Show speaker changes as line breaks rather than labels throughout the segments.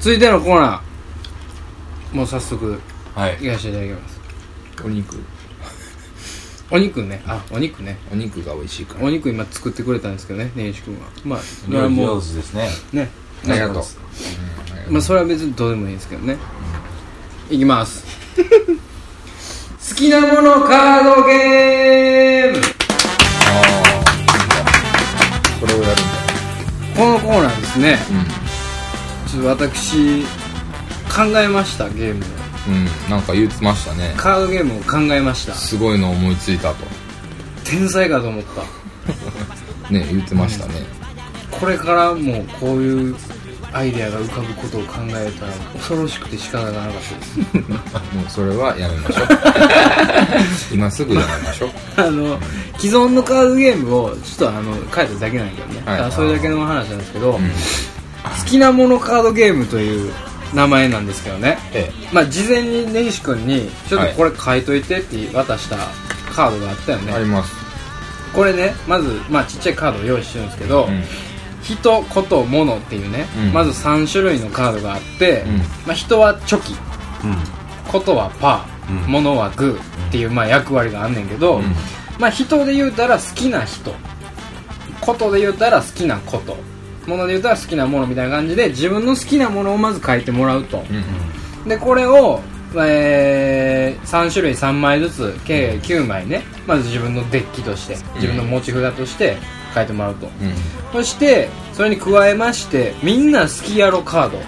続いてのコーナーもう早速
はい
いらっしゃいいただきます
お肉
お肉ねあお肉ね
お肉が美味しいから
お肉今作ってくれたんですけどね根岸君はまあそれ
料
は
理
も
上
う
手ですね
ね
ありがとう
まあそれは別にどうでもいいですけどねいきます 好きなものカードゲーム
これをやるんだ
このコーナーですね
う
ちょっと私考えましたゲームを
んうんなんか言ってましたね
カードゲームを考えました
すごいの思いついたと
天才かと思った
ね言ってましたね
これからもこういうアイデアが浮かぶことを考えたら恐ろしくて仕方がなかったです
もうそれはやめましょう今すぐやめましょう
あの既存のカードゲームをちょっとあの変えただけなんだけどね、
は
だ
い
からそれだけの話なんですけど、
ん
好きなものカードゲームという名前なんですけどね、
え
まあ、事前に根岸君にちょっとこれ書いといてって渡したカードがあったよね、
あります
これねまず、まあ、ちっちゃいカードを用意してるんですけど、
うん
人、こと、物っていうね、
うん
まず3種類のカードがあって、
うん
まあ、人はチョキことはパー、
うん
物はグーっていうまあ役割があんねんけど、
うん
まあ、人で言うたら好きな人ことで言うたら好きなこと物で言うたら好きなものみたいな感じで自分の好きなものをまず書いてもらうと、
うん
でこれを、えー3種類3枚ずつ計9枚ねまず自分のデッキとして自分の持ち札として書いてもらうと、
うん
そしてそれに加えましてみんな好きやろカード
う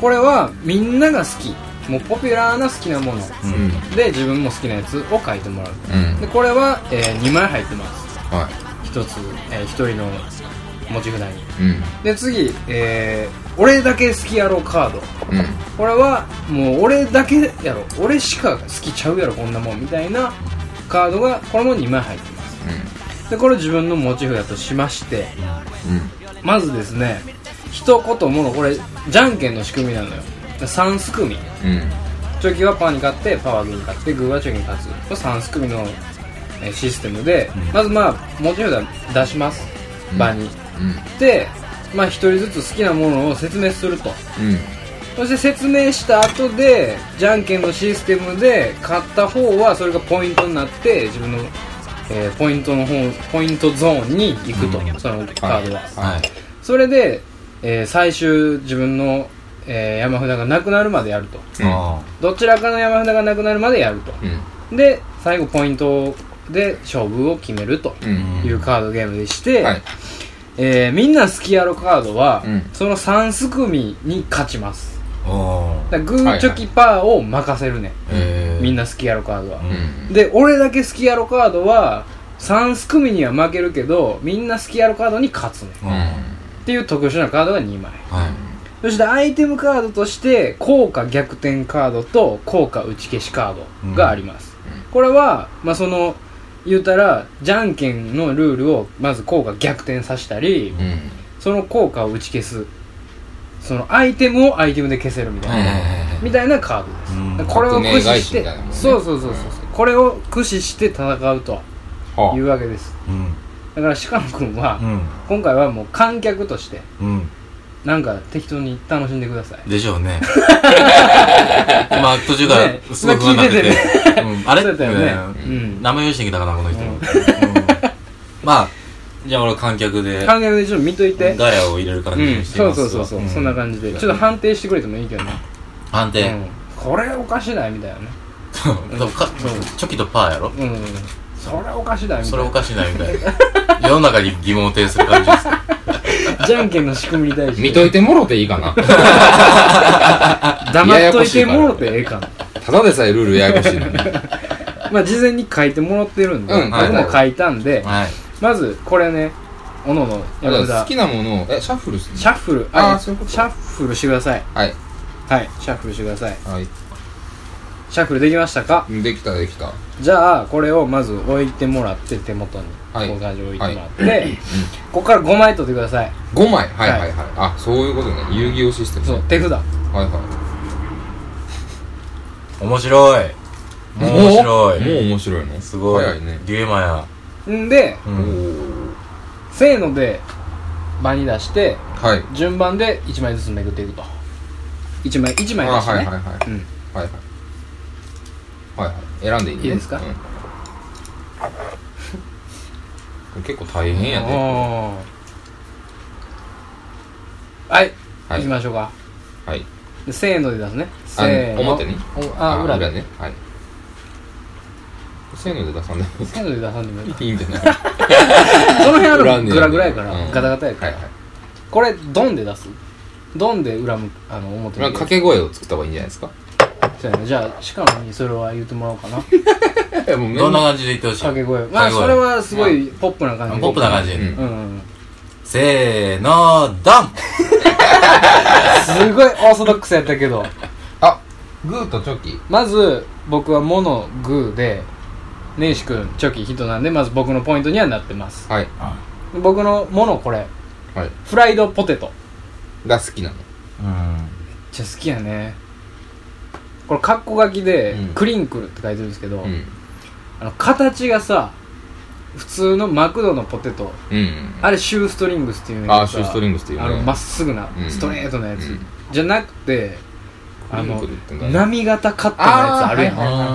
これはみんなが好きもうポピュラーな好きなもの
うん
んうん
で自分も好きなやつを書いてもらう
うん
でこれは、え2枚入ってます
は
1つ、え1人の持ち札に
いうん
で次、えー俺だけ好きやろカード
うん
これはもう俺だけやろ俺しか好きちゃうやろこんなもんみたいなカードがこれも2枚入ってますでこれを自分の持ち札としまして
うんうん
まずですね一言ものこれじゃんけんの仕組みなのよ3すくみ
うん
チョキはパーに勝ってパワーグーに勝ってグーはチョキに勝つこれ3すくみのえーシステムで、まずまあ持ち札出します場に、でまあ一人ずつ好きなものを説明すると
うん
そして説明した後でじゃんけんのシステムで勝った方はそれがポイントになって自分の、えーポイントの方ポイントゾーンに行くと、そのカードは、
はい
それで、えー最終自分の、えー山札がなくなるまでやると
あ
どちらかの山札がなくなるまでやると
うん
で最後ポイントで勝負を決めると
うん
いうカードゲームでして、
はい
えーみんな好きやろカードは、
うん
その3すくみに勝ちます
あお
だからグーチョキパーを任せるね、
え
みんな好きやろカードは、
うん
で俺だけ好きやろカードは3すくみには負けるけどみんな好きやろカードに勝つね
う
うん
っていう特殊なカードが2枚
はい
そしてアイテムカードとして効果逆転カードと効果打ち消しカードがあります、これは、まあ、その言うたらじゃんけんのルールをまず効果逆転させたり、
うん
その効果を打ち消すそのアイテムをアイテムで消せるみたいな、
はいはいはい
みたいなカードです、
うん
これを駆使して、
革命外史みたいなもんね
そうそうそうそう、これを駆使して戦うと
はいあ
うわけです
うん
だから鹿野君は、
うん
今回はもう観客として
うん
なんか適当に楽しんでください
でしょ うね今途中からすごい不安になっ
ね
ててうんあれ
そうだよ
うん
ね、うん、
名前用意してきたかなこの人
うん
まあじゃあ俺は観客で
観客でちょっと見といて
ガヤを入れる感
う
じに
ん
して
そう
ます
そうそうそう、
ん
そんな感じでちょっと判定してくれてもいいけどね、
判定
うん、これおかしないみたいなね
そうかチョキとパーやろ
うんそれおかしないみ
そ
た
れ
い
おかしいなみたいな世の中に疑問を呈する 感じですか
なじゃんけんの仕組みに対して
見といてもろていいかな
黙っといてもろてええかな
ただでさえルールややこしいのに
まあ事前に書いてもらってるんで、
うん
僕も書いたんで、
はい
まずこれねおのおの山
だから好
札
きなものをえシャッフルする
シャッフル
あー
れ
そういうこと
シャッフルしてください
はい
はいシャッフルしてください
はい
シャッフルできましたか
できたできた
じゃあこれをまず置いてもらって手元に、
はい
こういう感じで置いてもらって、ここから5枚取ってください
5枚はいはいはいあそういうことね遊戯王システム
そう手札
はいは
面白い
い
もう面白
もう
い
面白いの
すごい
早いね
デュエマや
んで
う
お
ん
ー
せーので場に出して
はい
順番で1枚ずつめくっていくと1枚1枚
あ
出して
は
ね
いはいはい
うん
はいはいはいはい選んでいいね
いいですか
うんこれ結構大変やね
おーはい、
は
行
い
きましょうか
はい
でせーので出すねせ
あ
ーの
表ね
おあ裏で
ねはいせーので出さんでも
せーので出さんでもいい
いいんじゃ ないは
その辺ある
裏ね
グラグラやから
うん
ガタガタや
い
か
は
ら、
い
これドンで出すドンで裏むあの表
まあ
に
掛け声を作った方がいいんじゃないですか
そうやなじゃあ鹿野にそれは言ってもらおう かな
いやもう
どんな感じで言ってほしい
掛け声まあ
掛
それ
け声
はすごいポップな感じで
ポップな感じ。
う
う
ん
ん
せーの、ドン
すごいオーソドックスやったけど
あグーとチョキ
まず僕はモノグーで根岸君チョキヒトなんでまず僕のポイントにはなってます
はい
僕のモノこれ
はい
フライドポテト
が好きなの
めっちゃ好きやねこれカッコ書きで、
うん
クリンクルって書いてるんですけど、
うん
あの形がさ普通のマクドのポテト
うん
あれシューストリングスっていうねん
あーシューストリングスっていうね
あのまっすぐな、
うん
ストレートなやつ、
うん
じゃなくてあの
クリンクルって何
波型カットのやつあるやん
ーはいはいはいはいはい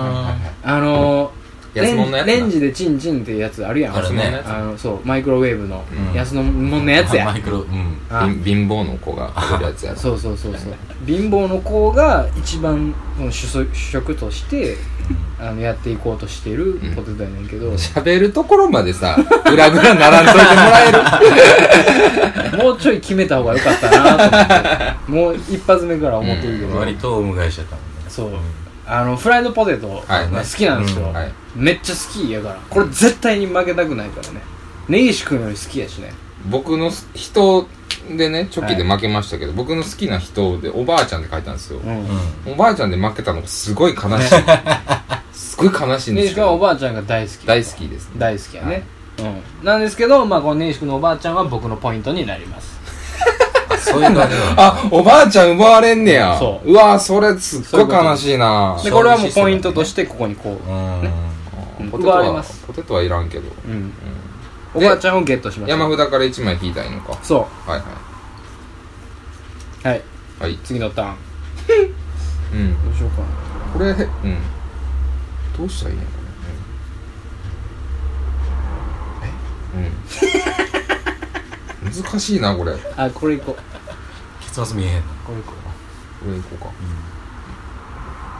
あのー
安物
レン
のやつな
レンジでチンチンってやつあるやん
あるね
あのそうマイクロウェーブの
うん
安のもんのやつや
マイクロ、うん。
あ
貧貧乏の子が食べるやつやろ
そうそうそうそう貧乏の子が一番その主食主食としてあのやっていこうとしてるポテトやねんけど、
喋るところまでさ、ぐらぐらならんといてもらえる。
もうちょい決めた方が良かったなと思ってもう一発目から思ってるけど、
うん
割とお迎えしちゃったもんね。
そうあのフライドポテト
は
が
い
好きなんですよ、
うん
はい
めっちゃ好きやからこれ絶対に負けたくないからね根岸君より好きやしね
僕の人でね、チョキで負けましたけど、僕の好きな人でおばあちゃんって書いたんですよ。
うん
うん。
おばあちゃんで負けたのがすごい悲 しい。すごい悲しいん
根
で
岸君
すけ
はお
ど。
ばあちゃんが大好き
大好きですね。
大好きやね、うん、なんですけど、まあ、この根岸君のおばあちゃんは僕のポイントになります
そういう感じなの
あ、おばあちゃん奪われんねや。
そう
うわぁ、それすっごい悲しいな
で
そう
これはもうポイントとしてここにこう
ぁ
奪われます
ポテトはいらんけど。
うんお
で
ばあちゃんをゲットしました
山札から1枚引いたらいいのか。
そ
はいは
うはい
い。はい。
次のターン
うん。
どうしようか
これ、うん。どうしたらいいのかな。うん。 難しいな、これ。こ
なあこれいこう
結末見えへん
これいこ
れいこうか。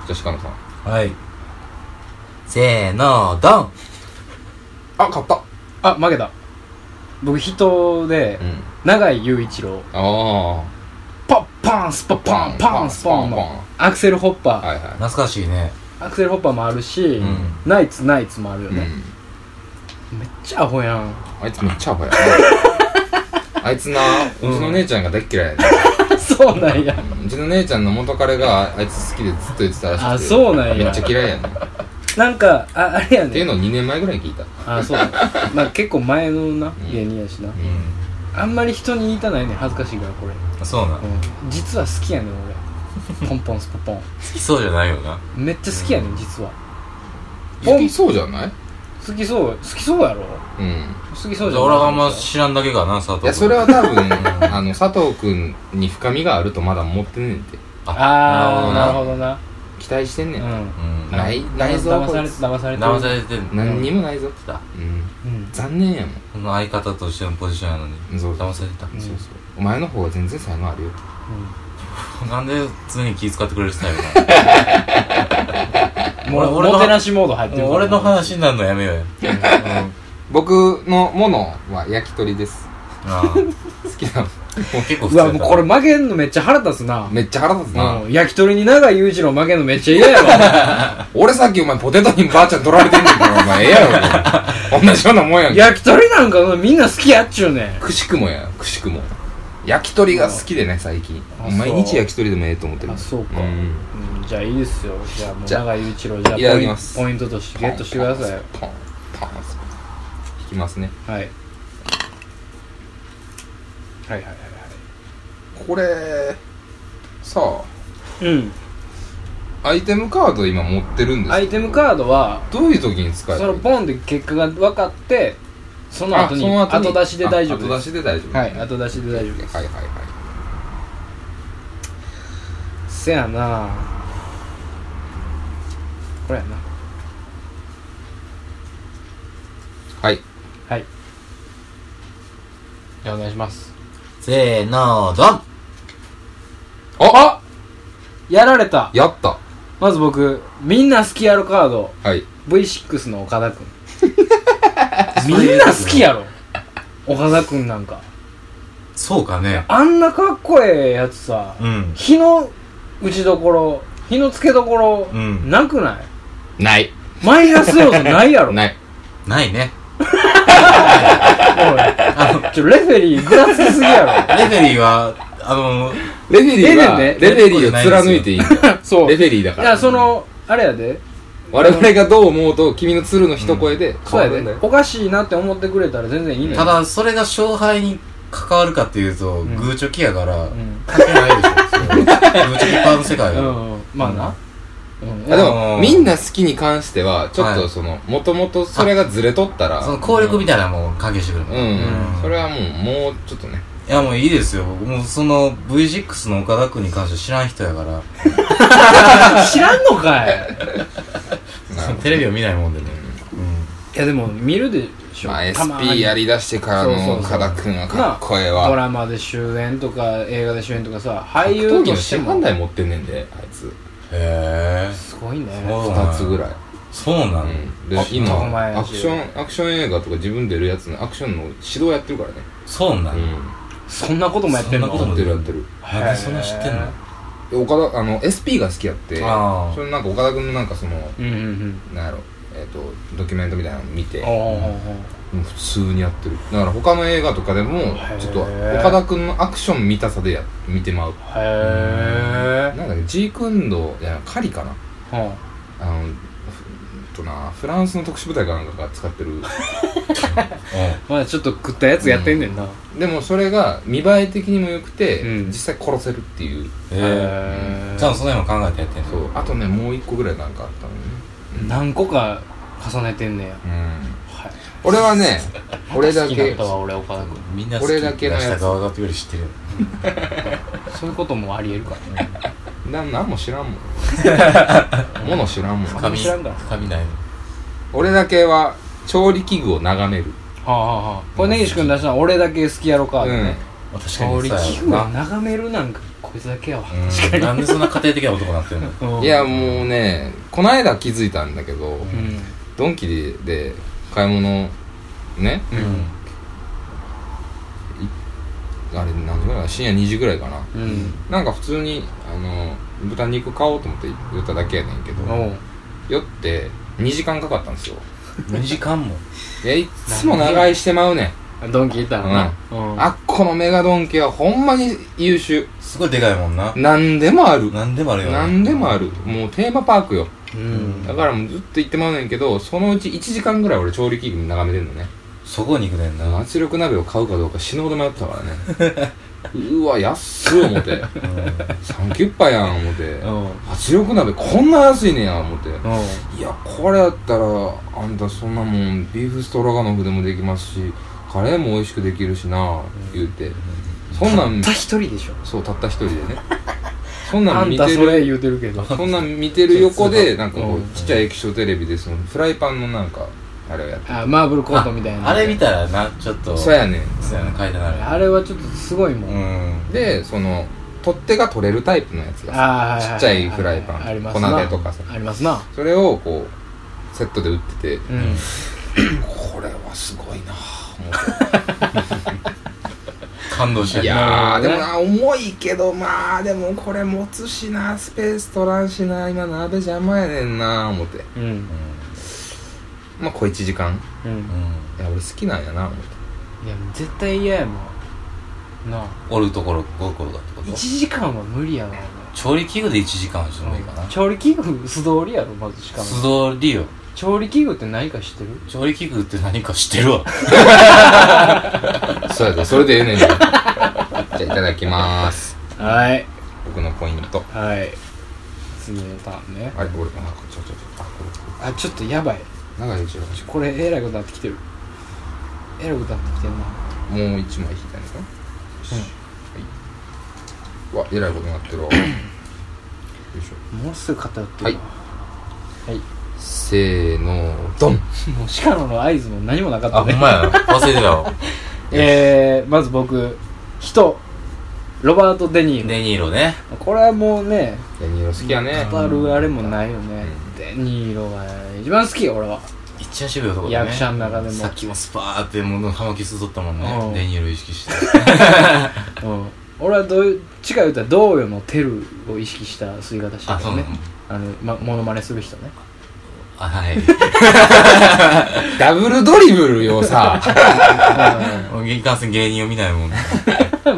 じゃあ、鹿野さん。
の。はい。せーの、ドン
あ、買った。
うあ負けた僕人で
うん。
永井雄一郎
あ
パッパンスパッパンパンスパン
パンパン
のアクセルホッパ
あ。
ー
はいは
懐かしいね。
アクセルホッパーもあるし
ん
ナイツナイツもあるよ
い。う
ね
ん。
めっちゃアホやん
あいつめっちゃアホや な。あいつな、うちの姉ちゃんが大っ嫌いやね
そうなんや
うんうちの姉ちゃんの元彼があいつ好きでずっと言ってたらしくて。
あそうなんや
めっちゃ嫌いやねっ
なんかああれや
てい
ね
うのを2年前ぐらいに聞いた。
あ そうまあ結構前のな芸人やしな
うん。
あんまり人に言いたないねん恥ずかしいからこれ
そうなの。好
うん実は好きやねん俺ポンポンスポポン
きそうじゃないよな。
めっちゃ好きやねん実は
好きそうじゃない
好きそう好きそうやろ
うん。
好きそうじゃん
俺があんま知らんだけかな、佐藤
いや、それは多分、あの、佐藤くんに深みがあるとまだ持ってんねんて。
ああなるほどな
期待してんねん。
う
うん
ん
ない、ないぞ、
騙
こ
さ
い
れ
つ
て騙されて
騙されてんの
何にもないぞ。
だ
うん。
うん
残念やも
この相方としてのポジションやのに
ん。そう
騙された
そうそう。お前の方が全然才能あるよ。
なんで常に気遣ってくれるスタイルな
うんもう
俺俺の
もてなしモード入って
の
る
もう俺の話になるのやめようよ
僕のものは焼き鳥です。
ああ
好きなの。
結構普
う
通や
わ
った
もうこれ負けんのめっちゃ腹立つな
めっちゃ腹立つな。
うん焼き鳥に長井雄一郎負けんのめっちゃ嫌やろ
俺さっきお前ポテトにばあちゃん取られてんねんから、お前ええやろ。同じようなもんやんけ。
焼き鳥なんかみんな好きやっちゅうねん
くしくもや、くしくも。焼き鳥が好きでね、最近
あそう。
毎日焼き鳥でもええと思ってる。
あそうか
ん
うんじゃあいいですよじゃあもう
じゃあ
長井雄一郎じゃあ
いただ
ポイ
き
ン
ます
ポイントとしてゲットしてくださいよ
ポンポンポン引きますね
はいはいはいはいは
これさ
いうん
あアイテムカード今持ってるんです
アイテムカードは
ードどういう時に使え
その
る
ボンで結果が分かってその
あ
後に後出しで大丈夫
あ後
で
出
す
しで大丈夫
はい後出しで大丈夫です
はいはいはい
せやなこれやな
はい
はいじゃあお願いします
せーの、ドン
あ
やられた
やった
まず僕みんな好きやろカード
はい
V6 の岡田 君みんな好きやろ岡田君なんか
そうかね。
あんなかっこええやつさ、
うん。
日の打ちどころ日の付けどころ、
うん
なくない
ない
マイナス要素 ないやろ
ない
ないね。
おいちょレフェリーグラスすぎ や
レフェリーは、あの、
レフェリーは
レ
レ
フェリーね
フェリーを貫いていいんだよ
ろそう
レ
い
フェリーだから
やそのあれやで
我々がどう思うと君の鶴の一声で
そうや
変わるんだ
で
よ
おかしいなって思ってくれたら全然いいね
ただ、それが勝敗に関わるかっていうと、
ん
グーチョキやから
ん、
関係ないでしょ。それはグーチョキパーの世界
う
だ
ん、うん、まあな、うん
あで
う
も
ん
みんな好きに関してはちょっ
は
と
い
そのもともとそれがずれとったら
その効力みたいなのも関係してくるもん
うん、
うん
それはもうもうちょっとね
いやもういいですよ僕もうその V6 の岡田君に関しては知らん人やから
知らんのかい
なるほど
テレビを見ないもんでね
いやでも見るでしょ、
まあ
たまに
SP やりだしてから
そうそう
の
そう
岡田君はかっこええわ
ドラマで主演とか映画で主演とかさ俳
格
優
闘技
と
の
して
師
も
範代持ってんねんであいつ
へえ
すごいね
そう
2つぐらい、
そうなの、
うん、
あ
で
男前
今
や
ア
し
クションアクション映画とか自分出るやつのアクションの指導やってるからね
そうな
う
の、
ん
そんなこともやってんの
そん
や
なこと
ってるやってる
なんでそんな知ってんの
へ
で岡田あの SP が好きやって
あー
それなんか岡田君のなんかその
うんうん
なんやろえっ、とドキュメントみたいなの見て
うんおー
うん普通にやってるだから他の映画とかでも
ー
ちょっと岡田君のアクション見たさでや見てまう
へえ
なんだっけジークンドーいやカリかなあのふうんとなフランスの特殊部隊かなんかが使って る
まあちょっと食ったやつやってんねんなへ
でもそれが見栄え的にも良くて、
うん
実際殺せるっていう
うん、へえちゃんとその辺も考えてやってんの
そうあとねもう一個ぐらいなんかあったのね
何個か重ねてんねや
うん
はい
俺は ね俺だ
好きだ
け
ったわ俺岡田君
みんな
俺だけのやつ
出した側がってより知ってるよ
そういうこともありえるからね
な何も知 らんもんもの知らんもん
か
髪
知らんが
髪ないの
俺だけは調理器具を眺める
はあはあはあこれ根岸君出したの俺だけ好きやろか
うん
確か
香
に
り
さ
器具を眺めるなんかこいつだけやわ
うんなんでそんな家庭的な男になってるの
うん
いやもうねこの間気づいたんだけど、
うん
ドンキでで買い物ね
うん
あれ何時ぐらいか深夜2時ぐらいかな
うん
なんか普通にあの豚肉買おうと思って言っただけやねんけど
おう
酔って2時間かかったんですよ
2時間も
えいっつも長居してまうねん
ドンキ行ったのな、うん
あっこのメガドンキはほんまに優秀
すごいでかいもんな
何でもある
何でもあるよね
何でもあるもうテーマパークよ
うん
だからもうずっと行ってまうねんけどそのうち1時間ぐらい俺調理器具眺めてんのね
そこに行くねんな
圧力鍋を買うかどうか死ぬほど迷ってたからね うわ安っ思ってサンキュッパやん思って
うん
圧力鍋こんな安いねんや思って
うん
いやこれやったらあんたそんなもんビーフストロガノフでもできますしカレーも美味しくできるしな言うてそんなん
たった一人でしょ
そうたった一人でねそんな
あ
ん
ん
見
た
て
それ
る
言うてるけど
そんなん見てる横
そ
でなんかこ
う
うんちっちゃい液晶テレビでそのフライパンのなんかあれをやって
あマーブルコートみたいな
あれ見たらなちょっと
そうやねん
そうやな書いてなる
あれはちょっとすごいもん、
うん
でその取っ手が取れるタイプのやつがさ
ああ
ちっちゃいフライパン
ありますな
粉でとかさ
ありますな
それをこうセットで売ってて
うん
これはすごいなぁ思 って
感動した
いやー
な
で
る
も
ほどね
な重いけどまあでもこれ持つしなスペース取らんしな今鍋邪魔やねんな思って
うん
まあ小1時間
うん、
うん
いや俺好きなんやな思って
いや絶対嫌やもんなあ
おるところおるところがってこと
1時間は無理やわ
調理器具で1時間はちょっと無
俺
理かな
調理器具素通りやろまずしかも
素通りよ
調理器具って何か知ってる
調理器具って何か知ってるわ
そうやで、それでええねんじゃあ、いただきまーす。
はい
僕のポイント。
はい次のターンね
あれ、俺、あ、ちょ、ちょ、ちょ、あ、こ
あちょっとやばい
れ、長いでしょ。
これえらいことなってきてるえらいことなってきてんな
もう一枚引い たんですか、うはい。うわ、えらいことになってるわ。しょう
もうすぐ偏ってるわはい、
せーのドン
もう鹿野の合図も何もなかっ
あ、
た
ほん
ね
まや。忘れてた わ。
えー、まず僕人ロバート・デ・ニーロ、
デニーロね。
これはもうね
デニーロ好きやね
語るあれもないよね、
うん
デ・ニーロが一番好きよ俺は
一番渋い男だね。
役者の中でも
さっきもスパーってもう葉巻すとったもん
うん
ね。デニーロ意識して。
うん、俺はどういう近い言うたら同様のテルを意識した吸い方して
あ、
た
そ
よ
うな
ね
の
あの、ま、モノマネする人 ね
あ、はい。
ダブルドリブル よさ
もういかんせん芸人を見ないもん。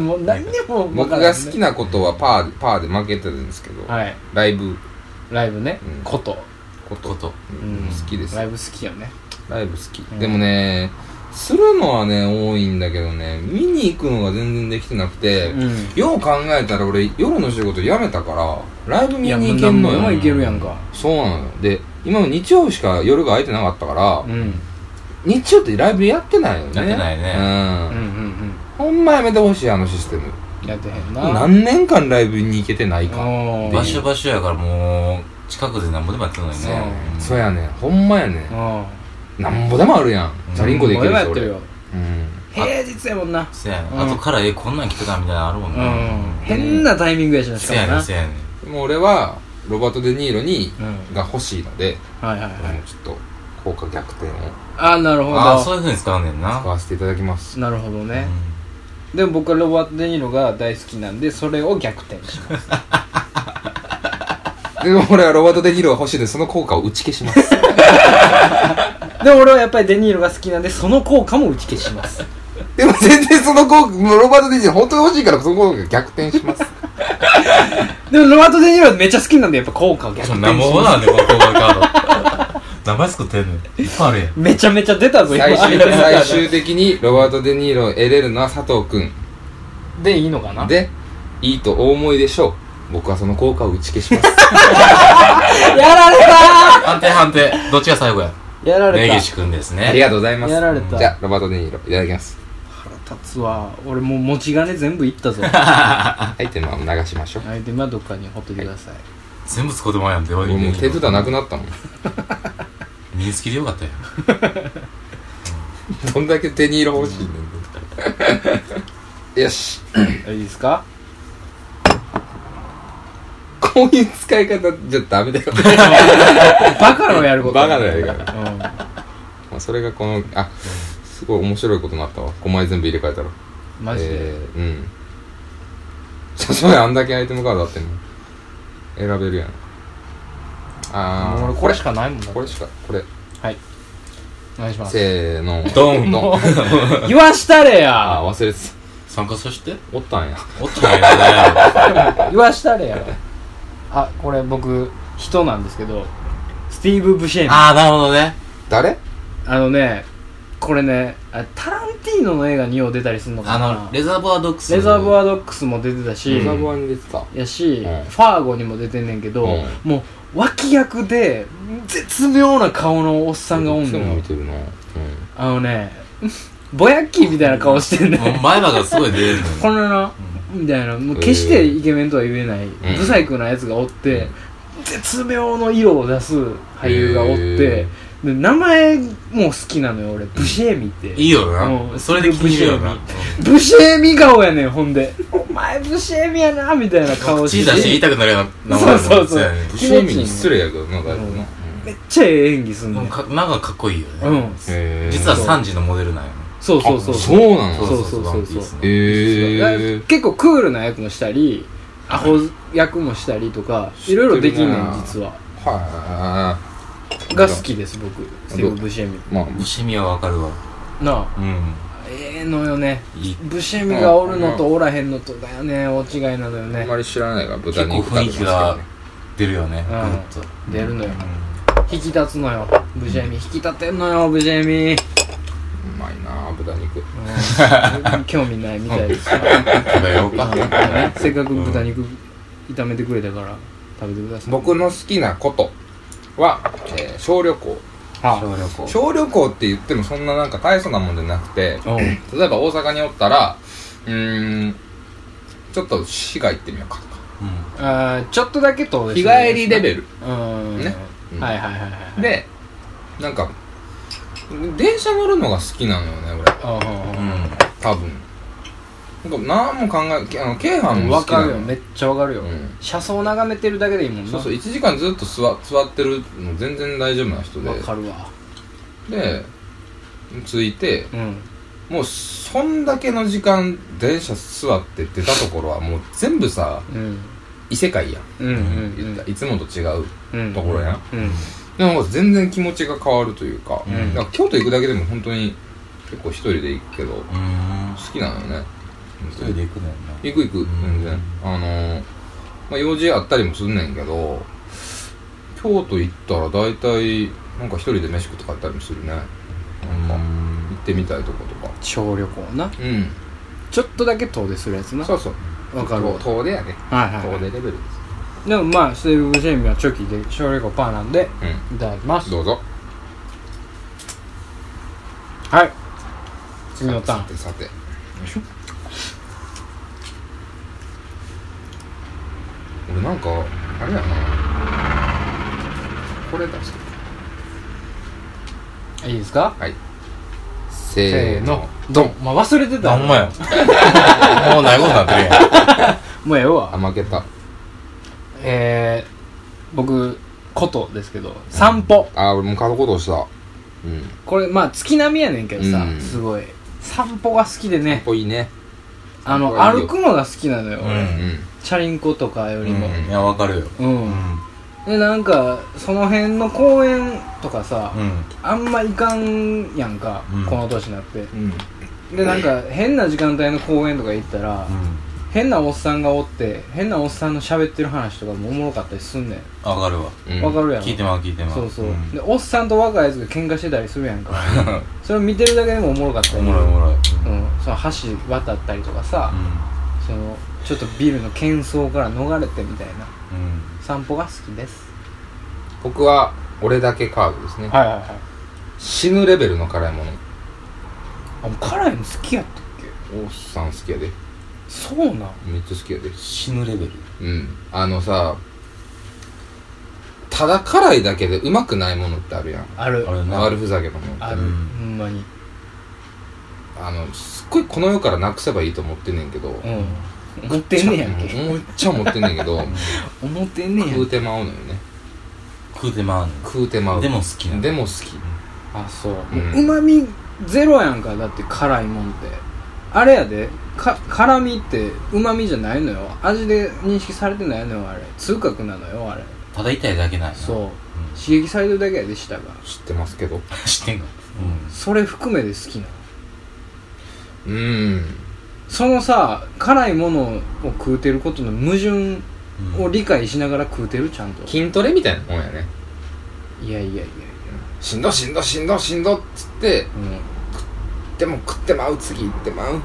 もう何にも分
僕
から
が
んね
好きなことはパーでパーで負けてるんですけど、
はい
ライブ
ライブね、
うん
こと、
こと
こと。
うん
好きです
ライブ好きよね
ライブ好き、
うん
でもねするのはね多いんだけどね見に行くのが全然できてなくて、
う
よう考えたら俺夜の仕事辞めたからライブ
んい
見
やも
に
う
行け
何
んの
でも
よ
いけるやんか
そうなのよで今も日曜しか夜が空いてなかったから、
うんうん
日曜ってライブやってないよね
やってないね
うん
うん
うん
ほんまやめてほしいあのシステム
やってへんな
何年間ライブに行けてないか
おー
場所場所やからもう、近くで何ぼでもやってるのに
そう
ね
やね。そうやねほんまやね
うん
なんぼでもあるやん
うん
チャリンコで行ける
俺もやっ
し
て
俺
る
う
よ
ん
平日やもんな
そうやね
うん
あとから、え、こんなん来てたみたいなのあるもん
う
ね。
ん変なタイミングやしなしか
そう
も
やね、
なん
そうやねん。
でも俺はロバート・デ・ニーロに
うん
が欲しいので、
はいはいは
も
いう
ちょっと効果逆転を
ああなるほ
ああ、そ
ど
ういう風に使うねん
使
な。
わせていただきます
なるほどねでも僕はロバート・デ・ニーロが大好きなんでそれを逆転します
でも俺はロバート・デ・ニーロが欲しいのでその効果を打ち消します
で俺はやっぱりデ・ニーロが好きなんでその効果も打ち消します
でも全然その効果もうロバート・デ・ニーロ本当に欲しいからその効果が逆転します
でもロバート・デ・ニーロはめっちゃ好きなんでやっぱ効果を
うん。
逆
そ
転
ん
し
なもん
ま
なんで、この公開カード。名前作ってんのいっぱいあるやん。
すめちゃめちゃ出たぞ今
最終最終的にロバート・デ・ニーロを得れるのは佐藤君
でいいのかな
でいいとお思いでしょう僕はその効果を打ち消します
やられた
判定判定。どっちが最後や。
ーやられ
根
た
岸くんです
あり
ね。
がとうございます
やられた
じゃあロバート・デ・ニーロいただきます
腹立つわ俺もう持ち金全部いったぞは
はい手間を流しましょう
いでまあどっかにほっといてください、
全部使うてもらえやんて。
俺もう手札なくなったもん
身つきでよかったよ。
どんだけ手に入れ欲しいねんよし
い、いですか
こういう使い方じゃダメだよ
バカのやること、
バカのやること
うん、
まあそれがこのあすごい面白いことになったわ5枚全部入れ替えたら
マジで、
えー、うん そそれあんだけアイテムカードあってんの選べるやんあ
もう
あ
俺これしかないもんだ
これしかこれ
はいお願いします
せーの
ド ン
ドン
言わしたれ
あ
や
ー忘れて
参加させて。
たおったんや
おっとないね。
言わしたれやあこれ僕人なんですけどスティーブ・ブシェインあ
ああ、なるほどね。
誰
のねこれねあタランティーノの映画によう出たりするのか
あ
な
の、レザーボアドックス。
レザーボ
ア。
アドックスも出てたし、
リザボアに出てた
やし、
うん
ファーゴにも出てんねんけど、
うん
もう脇役で絶妙な顔のおっさんがおんの
いつも
よ
見てるなうん
あのねぼやっきーみたいな顔してんね
もう
ん
前歯がすごい出るの
こ
よ。
のなみたいなもう決してイケメンとは言えない、ブサイクなやつがおって、絶妙の色を出す俳優がおって、
へ
で名前も好きなのよ俺ブシェーミって
いいよ
う
な。
ん
それで気に入るよな。
うんブシェーミ顔やねんほんで「お前ブシェーミやな」みたいな顔
口出
し
して言い
て
たくなるような名前だもん
そうそうそう
やね
不思議に失礼やけどなだいぶな
めっちゃええ演技すんね
もうんかなんかかっこいいよね。
うん
へー
実は3時のモデルなんよ。
そうそうそう
あそうな
そ
の
う
ワンピースの
へえ
結構クールな役もしたりアホ役もしたりとかいろいろできんねん実は
は
が好きです僕スティーブ・ブシェミ
いまあ
もしみはわかるわ。
なあ
うん。
ええのよね
いい
ブシェミがおるのとおらへんのとだよね大違いなのよ
あん
ね
まり知らないから豚
結構
肉食べ
雰
ます
囲
け
気
ど
が
ね
出るよね。
う
うんんと。
出るのよ
う
引き立つのよブシェミ引き立てんのよブシェミ
うまいなあ豚肉
うん 興味ないみたいです
ん食べようか。
せっかく豚肉炒めてくれたから食べてください
僕の好きなことは、えー小旅行
あ
小旅行。
小旅行って言ってもそんななんか大層なもんじゃなくて
うん
例えば大阪におったらうーんちょっと市街行ってみようかとか
あーちょっとだけ遠出
日
す
帰
る
りレベル
うん、
ねうん
はいはいはいはい
でなんか電車乗るのが好きなのよね俺
あー
多分なんか何も考えけあの京
あー
阪も
わ
好きな
か
の
るよめっちゃわかるよ、
うん
車窓眺めてるだけでいいもんな
そうそう1時間ずっと座座ってるの全然大丈夫な人で
わかるわ
で着いて
うん
もうそんだけの時間電車座って出たところはもう全部さ
うん
異世界やん
うんうん
言ったらいつもと違う
うんうん
ところやん
うん
でも全然気持ちが変わるというか,、
うん
なんか京都行くだけでも本当に結構一人で行くけど好
うん
きなのよね本
一
当
人
に
で行くのよな
行く行く
ん
全然あのーまあ、用事あったりもすんねんけど京都行ったら大体なんか一人で飯食って帰ったりもするねなんか行ってみたいとことか
小旅行な
うん
ちょっとだけ遠出するやつな
そうそう
わかるわ
遠遠出やね
はいはい、
遠出レベルです
でもまあステーブ・ジェイミーはチョキで小旅行パーなんで
う
いただきます
んどうぞ
はい次のター
さ
ン
てさてよいしょ俺なんかあれやなこれ出して
いいですか
はいせーの
ドンまあ忘れてた
あほんまや もうないことになってるやん
もうええ
あ
わ
負けた
えー、僕ことですけど散歩
あ俺もう買うことをしたうん
これまあ月並みやねんけどさ、
うん
すごい散歩が好きでね
これいいね
あ
こ
の
れいい
歩
よ
くのが好きなのよ、
うん
俺
うん
チャリンコとかよりも
うん
いやわかるよ
うん、でなんかその辺の公園とかさ、
うん
あんま行かんやんか、
うん
この年になって
うん
でなんか変な時間帯の公園とか行ったら、
うん
変なおっさんがおって変なおっさんの喋ってる話とかもおもろかったりすんね
あわかるわ
うん
んわ、かるやん
聞いてまう聞いてまう
そうそう、
ん
でおっさんと若いやつが喧嘩してたりするや んかそれを見てるだけでもおもろかった
お
り
もろいおもろい
うん、その橋渡ったりとかさ、
う
そのちょっとビルの喧騒から逃れてみたいなん
うん
散歩が好きです
僕は俺だけカードですね
はいはいはい
死ぬレベルの辛いもの
あもう辛いの好きやったっけ
おっさん好きやで
そうなん
めっちゃ好きやで
死ぬレベル
うんあのさただ辛いだけでうまくないものってあるやん
ある
あれな
悪ふざけのものって
ある、
うん
ほんまに
あのすっごいこの世からなくせばいいと思ってんねんけど
うん思ってんねやんけ
もうめっちゃ思ってんねんけど
思ってんねや
食
ん
うてまうのよね
食うてまうねん
食うてまう
でも好きなの
でも好き
あそう
うん
うまみゼロやんかだって辛いもんってあれやでか辛みってうまみじゃないのよ味で認識されてないのよあれ痛覚なのよあれ
ただ痛いだけないな
そうう刺激されてるだけやで舌が
知ってますけど
ん知ってんかうん
それ含めで好きなの
うん
そのさ辛いものを食うてることの矛盾
うん
を理解しながら食うてるちゃんと
筋トレみたいなもんやね
いやいやいやいや
しんどしんどしんどしんどっつって
うん
でも食ってまう次行ってまう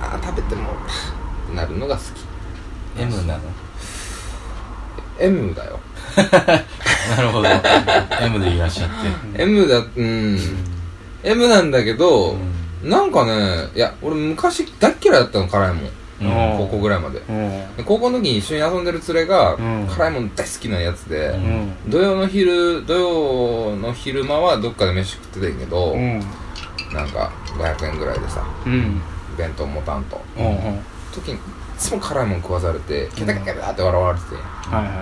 あー食べてもうたってなるのが好き
M なの
M だよ
なるほど M でいらっしゃって
M だうん
う
M なんだけど、
ん
なんかねいや俺昔大っ嫌いだったの辛いもん
うん
高校ぐらいまで
うん
で高校の時に一緒に遊んでる連れが、
うん
辛いもん大好きなやつで、
う
うん
土曜の昼土曜の昼間はどっかで飯食ってたんやけど、
うん
なんか500円ぐらいでさ
うん
弁当持たんと
うんうん
時にいつも辛いもん食わされてケタケタケタって笑われててんや
はいはい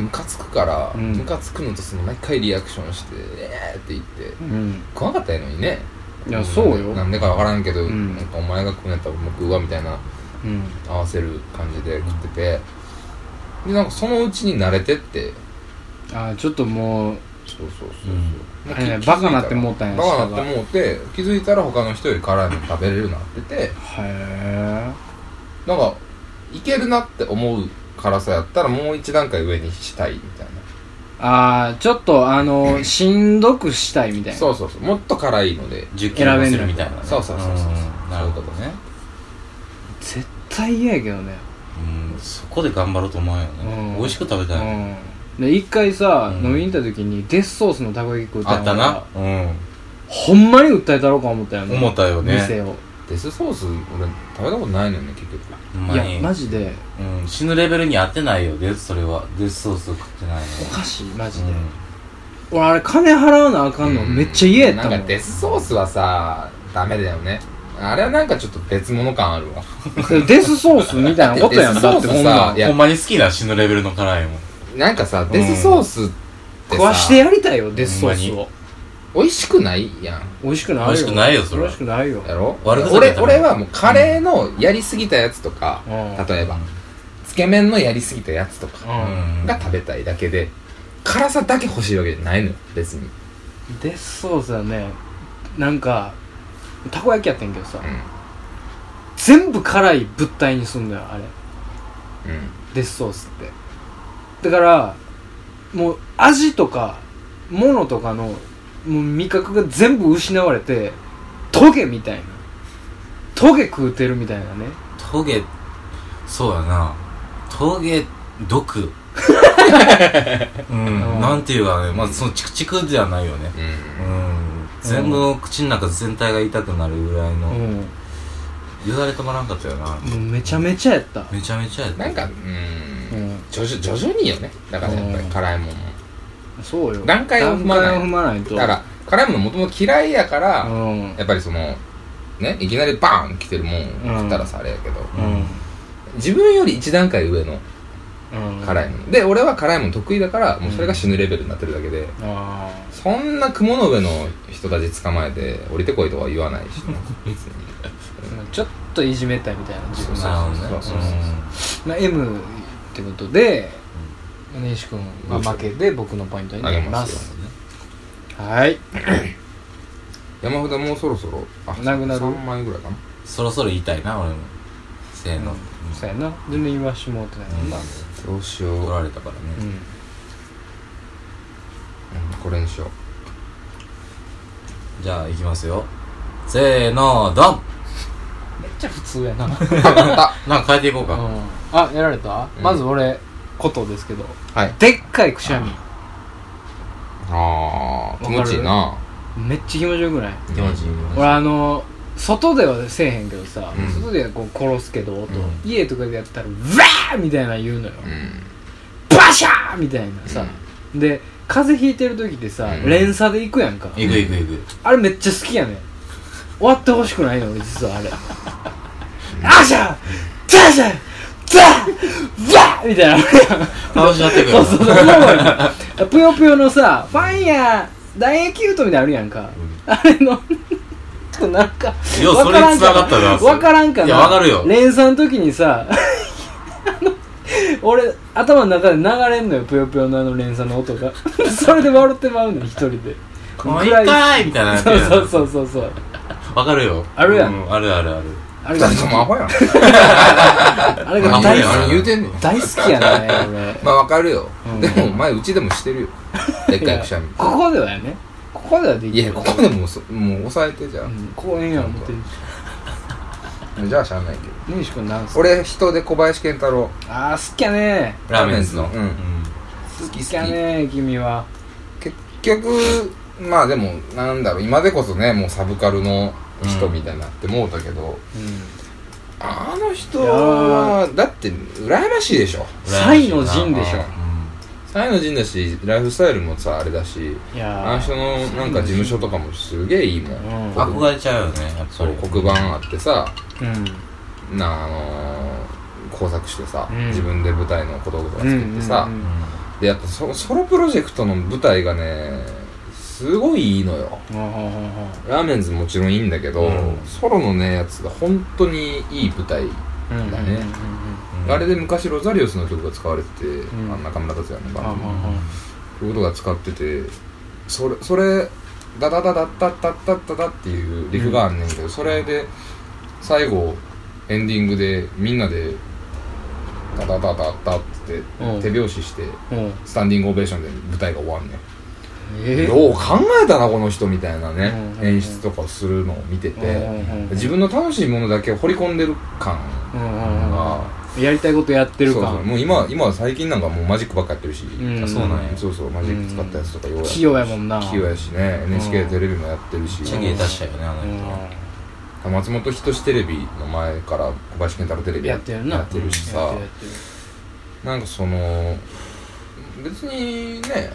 ムカつくから、
うん
ムカつくのとその毎回リアクションしてえーって言って
うん
食わんかったやのにね
いやそうよ
なんでかわからんけど、
うん
なんかお前が食うんやったら僕はみたいな
うん
合わせる感じで食っててでなんかそのうちに慣れてって
あーちょっともう
そうそうそう
うん
そう、
あれね
き
バカなってもうたんや
バカなってもうて気づいたら他の人より辛いの食べれるようになってて
へ
なんかいけるなって思う辛さやったらもう一段階上にしたいみたい
えああちょっとあのしんどくしたいみたい
な
な
そうそうそうもっと辛いので
10キロ痩せるみたいなね
そうそうそうそう、
んなるほどね
絶対嫌やけどね
うんそこで頑張ろうと思うよ
うん
ね美味しく食べ
う
たい
んで一回さ、
うん
飲みに行った時にデスソースのたこ焼き食うたん
あ
や
ったなうん
ほんまに訴えたろうか思ったよね
思ったよね
店を
デデスソース俺食べたことないのよね結局
ほん
い
まに
やマジで
うん、死ぬレベルに合ってないよでそれはデスソースを食ってない
おかしいマジ
の
で、
うん
俺あれ金払うなあかんの、
うん
めっちゃ嫌やったも
なん
ん
かデスソースはさダメだよねあれはなんかちょっと別物感あるわ
デスソースみたいなことやん
デスソ
だ
ー
って
スさ
こんなん
いや
ほんまに好きな死ぬレベルの辛いもん
なんかさデスソースって
食わして
さ
やりたいよデスソース
ほん
を
美味しくないやん
美味しくないよ
美味しくないよそれ
美味しくないよ
やろ
悪口だっ
俺
たら
俺はもうカレーのやりすぎたやつとか
うん
例えばつけ麺のやりすぎたやつとか
うん
が食べたいだけで辛さだけ欲しいわけじゃないのよ別に
デスソースはねなんかたこ焼きやってんけどさ、全部辛い物体にすんだよあれ
うんうん
デスソースってだからもう味とか物とかのもう味覚が全部失われてトゲみたいなトゲ食うてるみたいなね
トゲそうやなトゲ毒うん
うん
なんていうかねまずそのチクチクではないよね
うん
うん全部の口の中全体が痛くなるぐらいうの
ん
よだれ止まらんかったよな
もうめちゃめちゃやった
めちゃめちゃやった
なんかう
うんん
徐々徐々によねだからやっぱり辛いもんも
そうよ
段階を踏まない
段階を踏まないと
だから辛いもんもともと嫌いやから、
うん
やっぱりそのねいきなりバーン来てるもん食ったらさ、あれやけど
うん
自分より一段階上の
うん
辛いもの、で俺は辛いもの得意だからもうそれが死ぬレベルになってるだけで、
あ
そんな雲の上の人たち捕まえて降りてこいとは言わないしね別に
あちょっといじめたいみたいな自分
そう
が
なるほどね
そうそうそう
まあ、M ってことで根岸君が負けで僕のポイントにな
あげ
り
ま
ます
よ
すはい
山札もうそろそろあ
なくなる
3枚ぐらいかな
うんそろそろ言いたいな俺もせーの
そうやな全然言わしてもらってないもんな
どうしよう、
取られたから
う
ね
ん
うんこれにしよう
じゃあ行きますよせーのドン
めっちゃ普通やな
なんか変えていこうか
あやられた、
うん
まず俺ことですけど
はい
でっかいくしゃみ
あー気持ちいいな
めっちゃ気持ちよくない
気持ちいい
俺あの外ではせえへんけどさ、
うん
外ではこう殺すけど音、
うん
家とかでやったら「わー!」みたいなの言うのよ、
うん
バシャーみたいなさ、で風邪ひいてる時ってさ、
うん
連鎖で行くやんか
行く行く行く
あれめっちゃ好きやねん終わってほしくないの俺実はあれあしゃザシャザザみたいな
楽しなってくる
そうそうそうそうぷよぷよのさファイヤーダイエキュートみたいなのあるやんか、あれのちょっとなんか
いや
わ
それ
からん
繋がったなそれ
わからんかない
やわかるよ
連鎖の時にさ あの俺頭の中で流れんのよぷよぷよのあの連鎖の音が それで笑ってまうのよ一人で
もう一回みたいなやつ
そ
や
う
な
そうそうそうそう
わかるよ
あるやん
うんあるあるある
あれ
二
が
人ともアホやん
あれが
何
大
あ
好
れ
き
言うてんねん
大好きやね俺
まあわかるよ、
うん
でもお前うちでもしてるよでっかいくしゃみ
いやここではやねここではできる
いやここでもそもう抑えてじゃ、
うんん公園や思ってる
じゃあしゃあないけど
西君なんすか
俺人で小林健太郎
ああ好きやね
ラーメンズの
うん
好きやね君は
結局まあでもなんだろう今でこそねもうサブカルの人みたいになってもうたけど、
うん
あの人はだって羨ましいでしょ
サイの陣でしょ
才能人だしライフスタイルもさあれだし
いやー
あの人のなんか事務所とかもすげえいいもん、
うん
黒
憧れちゃうよねやっぱ
そう
り
黒板あってさ
うん
なあのー工作してさ、
うん
自分で舞台の小道具とか作ってさ、
うんうんうん
う
でやっぱソソロプロジェクトの舞台がねすごいいいのよ
うんうんうん
ラーメンズもちろんいいんだけど、
うん
ソロのねやつが本当にいい舞台、
うん
だね
ん
あれで昔ロザリオスの曲が使われてて、
ん
あの中村達也の
うん
バンド
うんうん
そういうことが使っててそれそれダダダダッダッダッダッダッダッっていうリフがあんねんけど、それで最後エンディングでみんなでダダダダッダッって
うん
手拍子して
うんうん
スタンディングオベーションで舞台が終わんねん
え
よう考えたなこの人みたいなね、
うんうん
演出とかするのを見てて、
うんうん
自分の楽しいものだけを掘り込んでる感
うんうんうん
が、
やりたいことやってる
そうそう
か
もう今今は最近なんかもうマジックばっかやってるし、
ん
あそうなんや
そうそうマジック使ったやつとかようやって
器用やもんな
器用やしね
ん
NHK テレビもやってるし
チェゲ出したよねあの
うん
人
松本人志テレビの前から小林健太郎テレビ
やってるな
やってるし
やっ
さ
てるやってる
なんかその別にね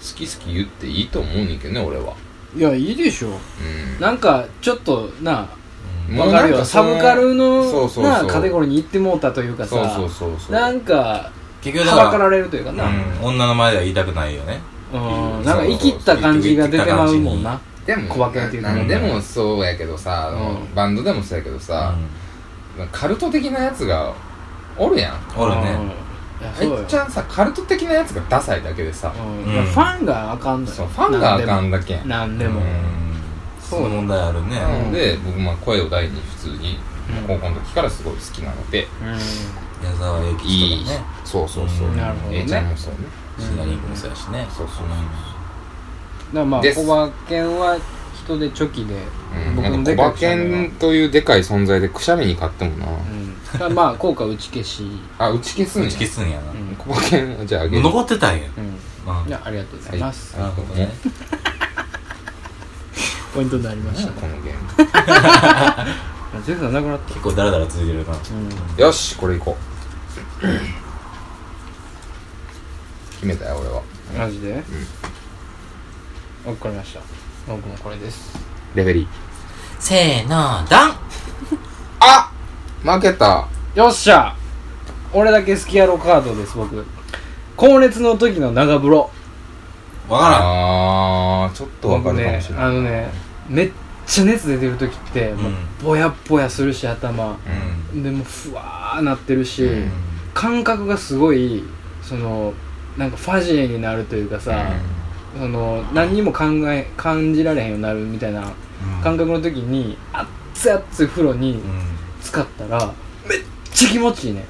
好き好き言っていいと思うねんけどね俺はい
やいいでしょ
うん
なんかちょっとな
も
わ
う
かる
な
よ
んそ
サブカル
そう
の
そう
な
そう
カテゴリーに行ってもうたというか
そう
さ
そうそうそう
なんか
結局だ
は
から
ばかられるというかな、うん
うん、女の前では言いたくないよね
なんか生きった感じが出てまうもんな
でも
小馬鹿っていうか
なんでもそうやけどさ、
うん
バンドでもそうやけどさ、カルト的なやつがおるやん
うん、おるね
うんいや
あ
そうよ
いっちゃんさカルト的なやつがダサいだけでさ、
うんいや
うん
ファンがあかんのよ
そうファンがあかんだけん
なんでも
う
うんそういう問題あるね、
な
うん
ので僕まあ声を大に普通に
うん
高校の時からすごい好きなので、
う
矢沢永吉
いい
とかね
そうそうそう、
うん
なるほどね
A ちゃんもそうね
うん
シナリングもそうやしね
そうそう
ん、だからまあ
です
小馬犬は人でチョキで、
うん、なんか
で
小
かい
馬券というでかい存在でくしゃみに買ってもな、
うん、だから まあ効果打ち消し、
あ打ち消すん
打
や
ち消すんやな、
うん
小馬券じゃああげる
残ってたんや、
うん、
うん
いやありがとうございます、
なるほどね
ポイントになりま
何
し
や
た
このゲーム
全然なくなった
結構ダラダラ続いてるな
うん
よしこれいこう決めたよ俺は
マジで、うん、わかりました僕もこれです
レフェリー
せーのダン
あ負けた
よっしゃ俺だけ好きやろカードです僕高熱の時の長風呂
わからん
あーちょっとわか
僕
るかも
ね
しれない
あのねめっちゃ熱出てる時って、もう
うん
ぼやっぼやするし頭
う
でもうふわーなってるし、
うん
感覚がすごいそのなんかファジーになるというかさ、その何にも考え感じられへんようになるみたいな感覚の時に熱々風呂に使ったらめっちゃ気持ちいいね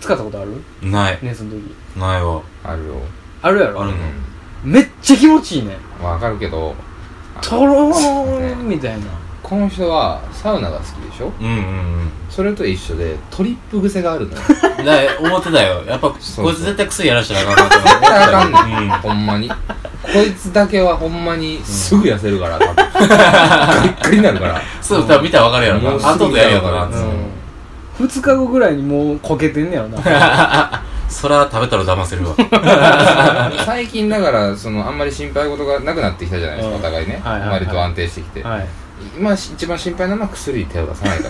使ったことある
うんない
ねその時
ないわ
あるよ
あるやろ
ある
う
うん
ん
めっちゃ気持ちいいね
わかるけど
とろーんみたいな
この人はサウナが好きでしょ
うんうんうん
それと一緒でトリップ癖があるのよ
だ思ってたよやっぱこいつ
そうそう
絶対薬やらしたらあかんなと思ってたよ
あかんね
うん
んほんまにこいつだけはほんまにすぐ痩せるから多分 ガリッガリになるから
そう、多分見たらわかるやろな。
もうすぐ
後でやるやろな。
う
うんん2日後ぐらいにもうこけてんねやろな
そら食べたら騙せるわ。
最近だからそのあんまり心配事がなくなってきたじゃないですか
う
お
ん
互いね
はいはいはい
割と安定してきて
はい
今し一番心配なのは薬に手を出さないか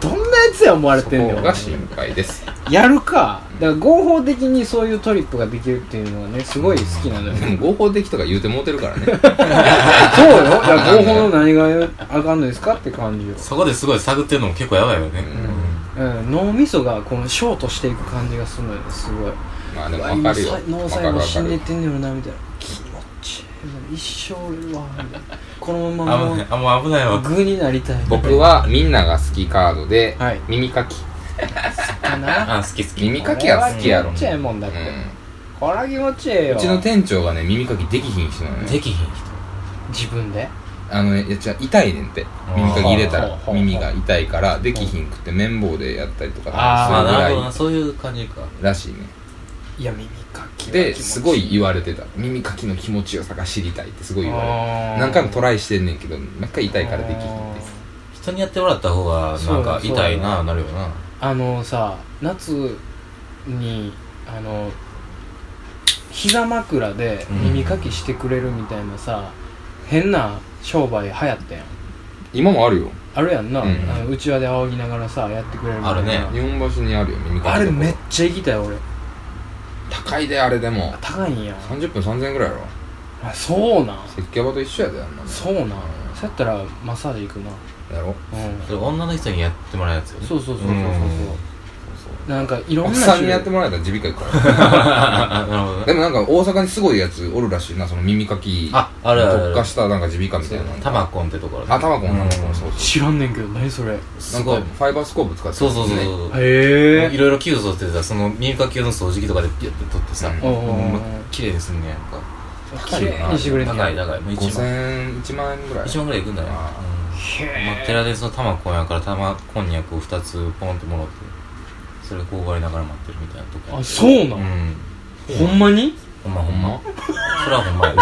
と
どんなやつや思われ
そ
てんね
こ
ん
が心配です
やるかだから合法的にそういうトリップができるっていうのがねすごい好きなのよ
でも合法的とか言うてもうてるからね
そうよだから合法の何があかんのですかって感じよ
そこですごい探ってるのも結構やばいよね。
うん、脳みそがこのショートしていく感じがするのよすごい
まあでも分かるよ
うわ今さ脳細胞死んでってんねやろなみたいな気持ちいい一生おるわみたいなこのま
あ、
ま
も
も
うあもう危ないわ。
うグになりたい
僕はみんなが好きカードで
はい
耳かき
かな
あ、好き好き。
耳かきは好きやろ
これは気持ちええもんだって、
う
これは気持ちええ
ん
よ
うちの店長がね耳かきできひん人なの
で
ね
きひん人。
自分で
あのねいや違う痛いねんって耳かき入れ
ほ
た
うほ
ら
うほう
耳が痛いからできひんくて綿棒でやったりとか
あー
する
あ、
ぐ
な
ら
るほどな。
い
そういう感じか。
らしいね
いや耳かきは気持ち
ですごい言われてた耳かきの気持ちよさが知りたいってすごい言われ
あー
て何回もトライしてんねんけど何回痛いからできひんって
人にやってもらった方が、なんか
そうだ
痛いな、なるよな。
あのさ夏にあの膝枕で耳かきしてくれるみたいなさ、変な商売流行ったやん
今もあるよ
あるやんな、
うん
あのうちわで仰ぎながらさやってくれるみたいな
あるね
日本橋にあるよ耳か
あ
き
れ
とか
めっちゃ行きたい俺
高いであれでも
あ高いんや
30分3000円ぐらいやろ
あそうなん
石鹸場と一緒やであんなの
そうなんそうやったらマッサージ行くな
やろ
うん
それ女の人にやってもらうやつよね。
そうそうそうそうそう
うん
そうなんかいろ
お
ん
っ
な
さんにやってもらえたら耳鼻科行くから
なる ほど
で
ね。
もなんか大阪にすごいやつおるらしいなその耳かき
ああるあるある
特化したなんか耳鼻科みたいな
タマコンってところ。
あタマコン
うん
そうそう
知らんねんけど何それへ
な
す
ん
ごい
か。ファイバースコープ使って
そうそうそう
う
そう。い
え
ろいろ器具取ってさ、その耳かき用の掃除機とかでピュッて取ってさ、
う
お
ん
うおうおう
ほんま綺麗にすんねやんか。
綺麗にしてくれんね
高い
や
高いもう1万
5000 1万円ぐらい
1万ぐらいいくんだよ、うん
あ
へ
まあ、寺でその玉こんやから玉こんにゃくを2つポンってもらってそれ頬張りながら待ってるみたいなとこ
あそうな、
うんん
ほんまに
ほんまほ
ほん
んま
ま
それはほんまや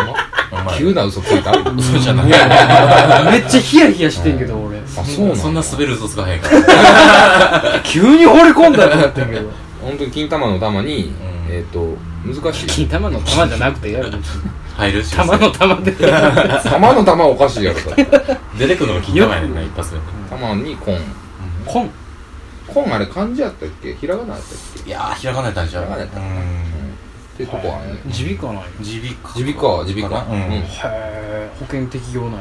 ほんまや
急な嘘ついた
嘘じゃない
めっちゃヒヤヒヤしてんけど俺
あそうなんだ
そんな滑る嘘つかへんから
急に掘り込んだと思ってんけど
本当に金玉の玉に、
ん
えっ、と難しい
金玉の玉じゃなくてやる
入る し
玉の玉で
玉の玉おかしいやろだって
出てくるのが金玉やねんな一発目
玉にコン
コン
コンあれ漢字やったっけひらがなやったっけ
いやー開かないたんちゃう
開かないた
うん
ってとこはね
耳鼻科なんや
耳鼻科
耳鼻科耳鼻科
う
うんん
へえ保険適用なんや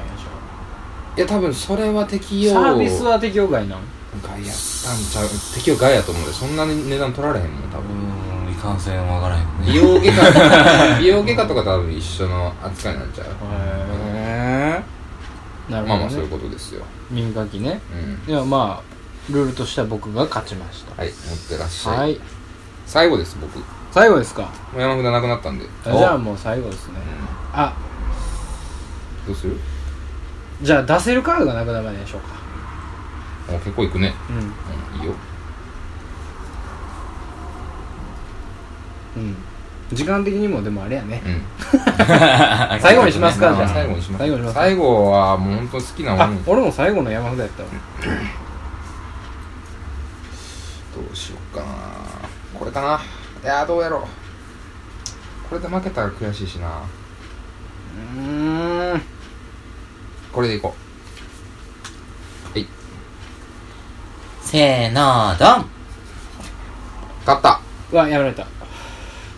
いや多分それは適
じ
用
ゃあサービスは適用外なん
外やったんちゃう適用外やと思うでそんなに値段取られへんもん多
う
分
ーんいかんせんわからへんね
美容外 科美容外科とか多分一緒の扱いになっちゃう
へえなる
まあま
ほ
あそ
ど
ういう
ね
ことですよ
耳かきね
うん
ではまあルールとしては僕が勝ちまし
はい持ってらったしゃい、
はい
最後です僕も
最後ですか
う山札なくなったんで
じゃあもう最後ですね
うん
あ
どうする
じゃあ出せるカードがなくなるまででしょうか
お結構いくね、
うん
うん、いいよ
うん時間的にもでもあれやね
うん
最後にしますかじゃあ
最後にします
最後にします
最後はもう本当好きな
あ
ものど
俺も最後の山札やったわ
うしようかなこれかないやーどうやろうこれで負けたら悔しいしな
うーん
これでいこ
せーのーどん
う勝った
うわやめられた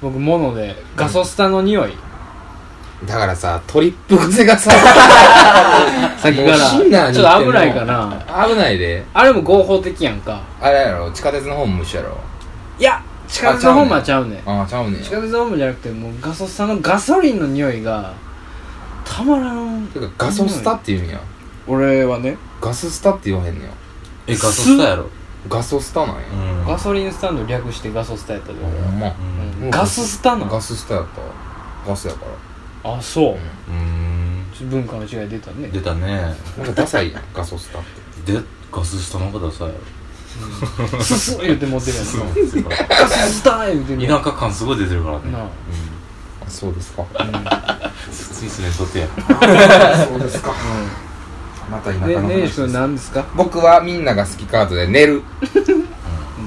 僕モノでガソスタの匂い
だからさトリップ癖 がさ
先から
もうシンナーに
ちょっと危ないかな
危ないで
あれも合法的やんか
あれやろ地下鉄の方も無視やろ
いや地下鉄のホームはちゃうねん
ああちゃうねん
地下鉄のホームじゃなくてもうガソスタのガソリンの匂いがたまらん
てかガソスタって言うんや
俺はね
ガススタって言わへんねや
えガソスタやろ
ガソスタなんや
う、ん
ガソリンスタンド略してガソスタやったで俺
ほ
は
んま
うん
ガススタな
ガ
の
ススタやったわガスやから
あそう
うーん
ちょっと文化の違い出たね
出たね
なんかダサいやんガソスタって
でガススタの方ださやろ
スス言って持ってるやん
そう
な
ですよ
ガススタ言ってるや
田
ん
舎感すごい出てるからね
なあ
うん
あそうですか
普通にすねとってや
そうですかまた田舎
ね
の話
ね
で
え
す
君何ですか
僕はみんなが好きカードで寝る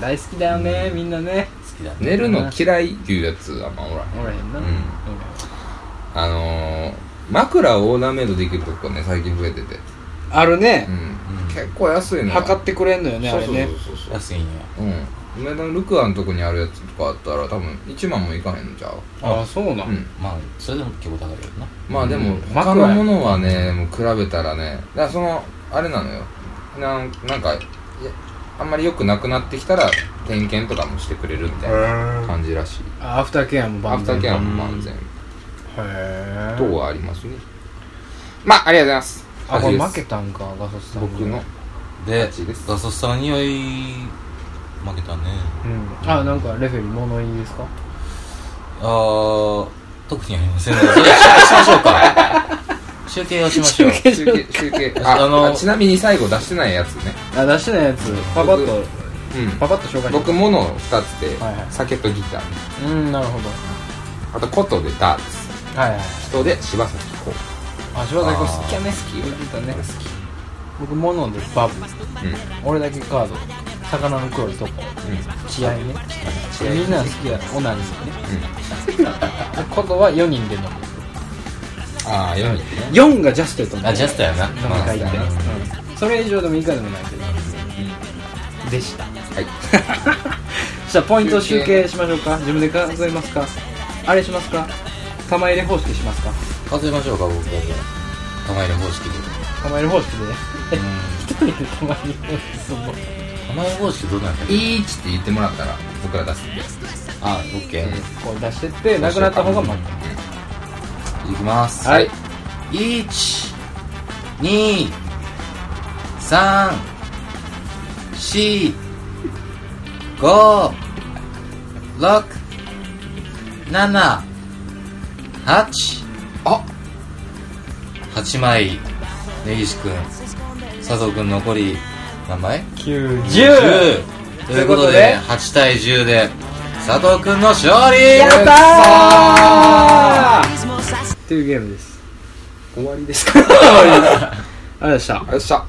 大好きだよねみんなね
好きだね
寝るの嫌いっていうやつあんまおらへん
おらへんな
う
お
ん
らへん
あのー、枕をオーダーメイドできるとこがね最近増えてて、
ある
う
ね
ん、結構安いのよ
測ってくれんのよねあれね
そうそうそうそう
安いんや
うん梅田のルクアのとこにあるやつとかあったら多分1万もいかへんのちゃう
ああそうな
うんん
まあそれでも結構高いけどな
まあでも
うん
他のものはねもう比べたらねだからそのあれなのよなんなんかいやあんまり良くなくなってきたら点検とかもしてくれるみたいな感じらしい
あアフターケアも
ア
万
フタ
全
ーケア
へ
も万全
え
等はありますねまあありがとうございます
あこれ負け
勝ちです
たんかガソスタ
僕の
で
勝ちです
ガソスタの匂い負けたね
うんあなんかレフェリー物言いですか
あー特にありませんのでそれで集計しましょうか 集計をしましょう
中継中継あ
あの
あちなみに最後出してないやつね
あ出してないやつパパッと
うん
パパッと紹介
僕
し
もの2つで
はいはい
酒とギター
てうんなるほど
あと琴でダーツ
はいはい
人で柴咲コウ
あ柴田君好きやね
好きよ
言ってたね
好
僕物でバブ
きうん
俺だけカード魚の黒いとこ
う
血合いね
合い
みんな好きやオナニーね
んうん
でことは4人で飲む
ああ4人
4がジャストやと思う
あジャストやな
飲み会行って、
まあ
うんそれ以上でも以下でもないけどでした
はい
じゃあポイント集計しましょうか自分で数えますかあれしますか玉入れ方式しますか
数えましょうか僕僕玉入れ方式で
玉入れ方式 でね一
うん
人で玉入れ方式するの
玉入れ方式どうなんだっけ
いいっ ちって言ってもらったら僕ら出すんで
あオッケー
こう出してってなくなった方が負
いきます
けはい
一、二、三、四、五、六、七、八。
あ
八枚、根岸くん、佐藤くん残り、何枚
90
10ということ
とい
で、
う
8対10で、佐藤くんの勝利
やった
あ
ーっていうゲームです
終わりですか
あれでした
よっしゃ